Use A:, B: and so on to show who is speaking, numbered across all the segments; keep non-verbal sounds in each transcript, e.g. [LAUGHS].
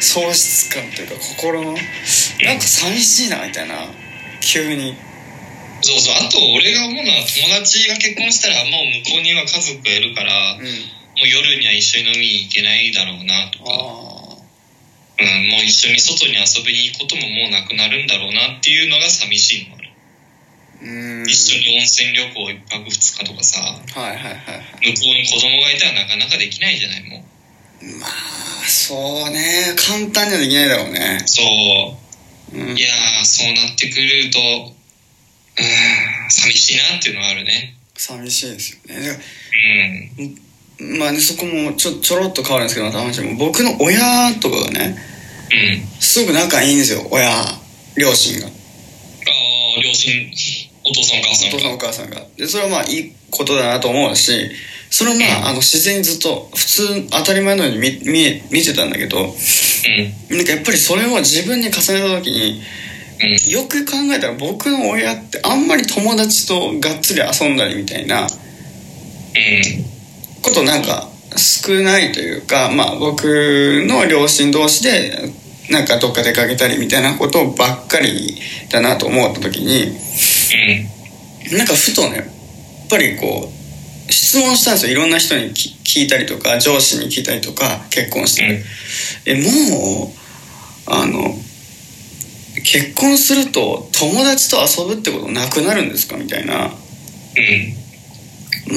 A: 喪失感というか心のなんか寂しいなみたいな急に
B: そうそうあと俺が思うのは友達が結婚したらもう向こうには家族がいるから、
A: うん
B: もう夜には一緒に飲みに行けないだろうなと
A: あ
B: か、うん、もう一緒に外に遊びに行くことももうなくなるんだろうなっていうのが寂しいのある、
A: ーうん
B: 一緒に温泉旅行1泊2日とかさ
A: はいはいはいはい
B: 向こうに子供がいたらなかなかできないじゃないもう
A: まあそうね簡単にはできないだろうね
B: そ
A: う
B: う
A: ん
B: いやー、そうなってくると、うーん、寂しいなっていうのはあるね。
A: 寂しいですよねだか
B: うん。
A: らまあねそこもちょちょろっと変わるんですけどまた話も僕の親とかがね
B: うん。
A: すごく仲いいんですよ親両親が
B: ああ、両親、お父さんお母さ
A: お
B: ん
A: 父さん
B: が。
A: お母さんがでそれはまあいいことだなと思うしそれはまああの自然にずっと普通当たり前のように見見え見てたんだけど
B: うん。
A: なんかやっぱりそれを自分に重ねた時に
B: うん。
A: よく考えたら僕の親ってあんまり友達とがっつり遊んだりみたいな
B: うん。
A: ことなんか少ないというかまあ僕の両親同士でなんかどっか出かけたりみたいなことばっかりだなと思った時に
B: うん。
A: なんかふとねやっぱりこう質問したんですよいろんな人にき聞いたりとか上司に聞いたりとか結婚して、
B: うん。
A: えもうあの結婚すると友達と遊ぶってことなくなるんですかみたいな
B: うん。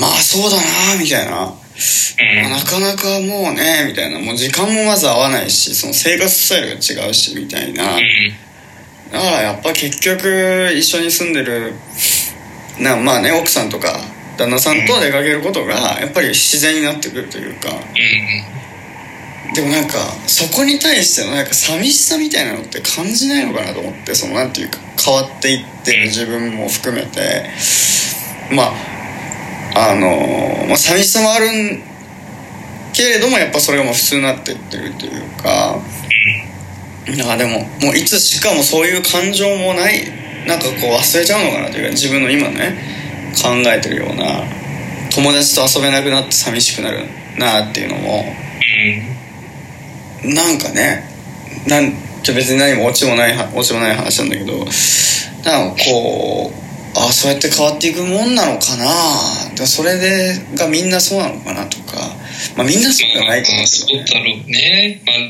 A: まあそうだなみたいな、まあなかなかもうねみたいなもう時間もまず合わないしその生活スタイルが違うしみたいな、
B: うん。
A: だからやっぱ結局一緒に住んでるなまあね奥さんとか旦那さんと出かけることがやっぱり自然になってくるというか
B: うん。
A: でもなんかそこに対してのなんか寂しさみたいなのって感じないのかなと思ってそのなんていうか変わっていってる自分も含めてまああの、まあ、寂しさもあるんけれどもやっぱそれがもう普通になっていってるというかだからでももういつしかもうそういう感情もないなんかこう忘れちゃうのかなというか自分の今ね考えてるような友達と遊べなくなって寂しくなるなっていうのも。なんかねなんじゃ別に何もオチもないはオチもない話なんだけどなんかこうあそうやって変わっていくもんなのかなでそれでがみんなそうなのかなとかまあみんなそうじゃ
B: ま
A: ない
B: あ
A: と思う
B: そう
A: けど
B: だろうね。まあ、まあ、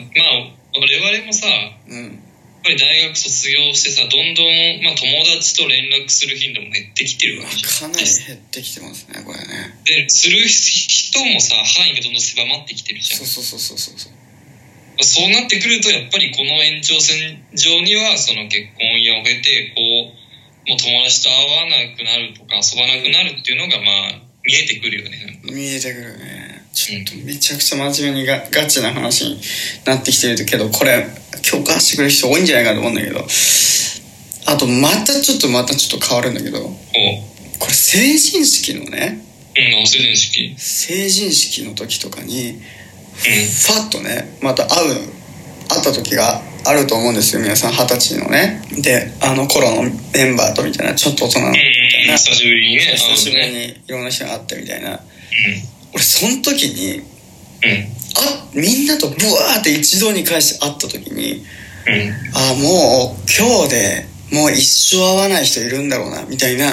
B: 我々もさ、やっ
A: ね
B: ぱり大学卒業してさ、どんどん、まあ、友達と連絡する頻度も減ってきて
A: う
B: る
A: んま
B: わけじ
A: あか
B: ゃん
A: なり減ってきてますねこれね
B: で、する人もさ、範囲がどんどん狭まってきてるじゃん
A: そう。そうそうそうそうそう
B: そうなってくるとやっぱりこの延長線上にはその結婚やを経てこうもう友達と会わなくなるとか遊ばなくなるっていうのがまあ見えてくるよね
A: 見えてくるね
B: う
A: ちょ
B: ん
A: っとめちゃくちゃ真面目にがガチな話になってきてるけどこれ共感してくれる人多いんじゃないかと思うんだけどあとまたちょっとまたちょっと変わるんだけど
B: こう、
A: これ成人式のね
B: うん、お成人式
A: 成人式の時とかに
B: うん
A: ファッとねまた会う会った時があると思うんですよ皆さん二十歳のねであの頃のメンバーとみたいなちょっと大人のみたい
B: うん
A: な
B: 久しぶりにね
A: 久し
B: 会う
A: ぶり
B: ね
A: にいろんな人に会ってみたいな俺その時にあ
B: う
A: みんなとブワーって一堂に会して会った時に
B: んうんうん
A: あもう今日でもう一生会わない人いるんだろうなみたいな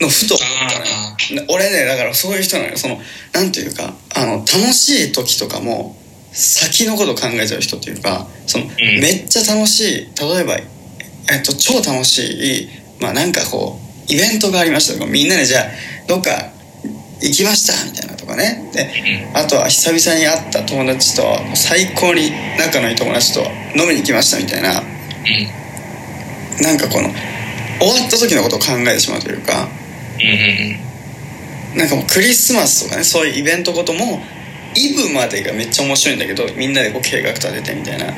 A: のふと思ったのよ
B: あ
A: な俺ねだからそういう人なのよそのなんていうかあの楽しい時とかも先のこと考えちゃう人っていうかその、めっちゃ楽しい例えば、えっと、超楽しいまあなんかこうイベントがありましたとかみんなでじゃあどっか行きましたみたいなとかねであとは久々に会った友達と最高に仲のいい友達と飲みに来ましたみたいな
B: う
A: なんかこの終わった時のことを考えてしまうというか。
B: んうんうん
A: なんかもうクリスマスとかねそういうイベントごともイブまでがめっちゃ面白いんだけどみんなでこう計画立ててみたいなもう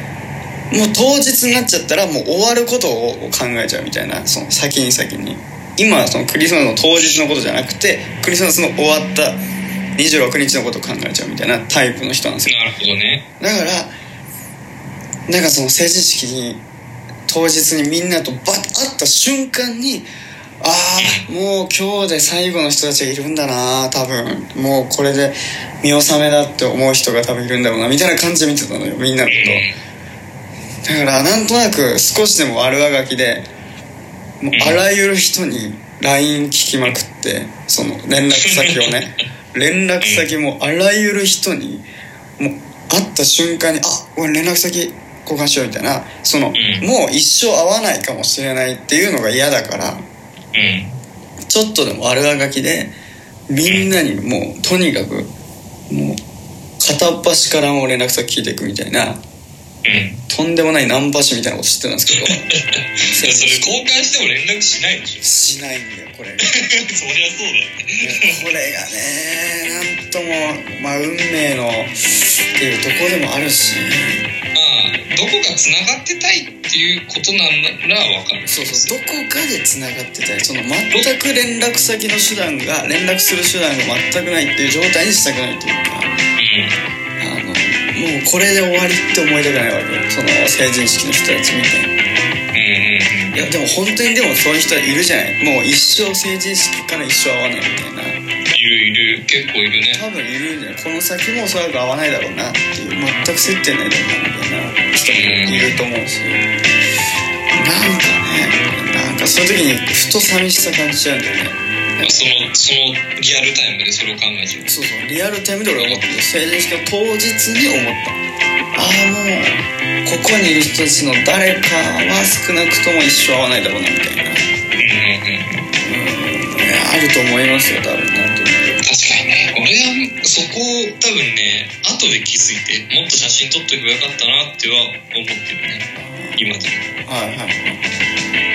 A: 当日になっちゃったらもう終わることを考えちゃうみたいなその先に先に今はそのクリスマスの当日のことじゃなくてクリスマスの終わった26日のことを考えちゃうみたいなタイプの人なんですよ
B: なるほどね
A: だからなんかその成人式に当日にみんなとバッと会った瞬間にああもう今日で最後の人たちがいるんだな多分もうこれで見納めだって思う人が多分いるんだろうなみたいな感じで見てたのよみんなのこ
B: うん
A: とだからなんとなく少しでも悪あがきでもう
B: うん
A: あらゆる人に LINE 聞きまくってその連絡先をね連絡先もあらゆる人にもう会った瞬間に「あ俺連絡先交換しよう」みたいなその、
B: ん
A: もう一生会わないかもしれないっていうのが嫌だから
B: うん。
A: ちょっとでも悪あがきでみんなにもうとにかくもう片っ端からもう連絡先聞いていくみたいな。
B: うん。
A: とんでもないナンパ師みたいなこと知ってたんです [LAUGHS] けど
B: それ交換しても連絡しないでしょ
A: しないんだよこれが
B: [LAUGHS] そりゃそうだよね
A: これがねなんともまあ運命のっていうとこでもあるし
B: まあどこかつながってたいっていうことなんなら分かる
A: そうそうどこかでつながってたりその全く連絡先の手段が連絡する手段が全くないっていう状態にしたくないというか
B: うん
A: あのもうこれで終わりって思いたくないわけよその成人式の人たちみたいに。
B: うんうんうん
A: いやでも本当にでもそういう人いるじゃないもう一生成人式から一生会わないみたいない
B: るいる結構いるね
A: 多分いるんじゃないこの先もおそらく合わないだろうなっていう全く接点ないだろうなみたいな人もいると思うしなんかねなんかそういう時にふと寂しさ感じちゃうんだよね
B: まあそのそのリアルタイムでそれを考えちゃう
A: そうそうリアルタイムで俺思った成人式の当日に思ったああもうここにいる人たちの誰かは少なくとも一生会わないだろうなみたいなうん
B: うんうんうん
A: あると思いますよ多分なんとなく
B: 確かにね俺はそこを多分ね後で気づいてもっと写真撮っとけばよかったなっては思ってるね今でも
A: はいはいはい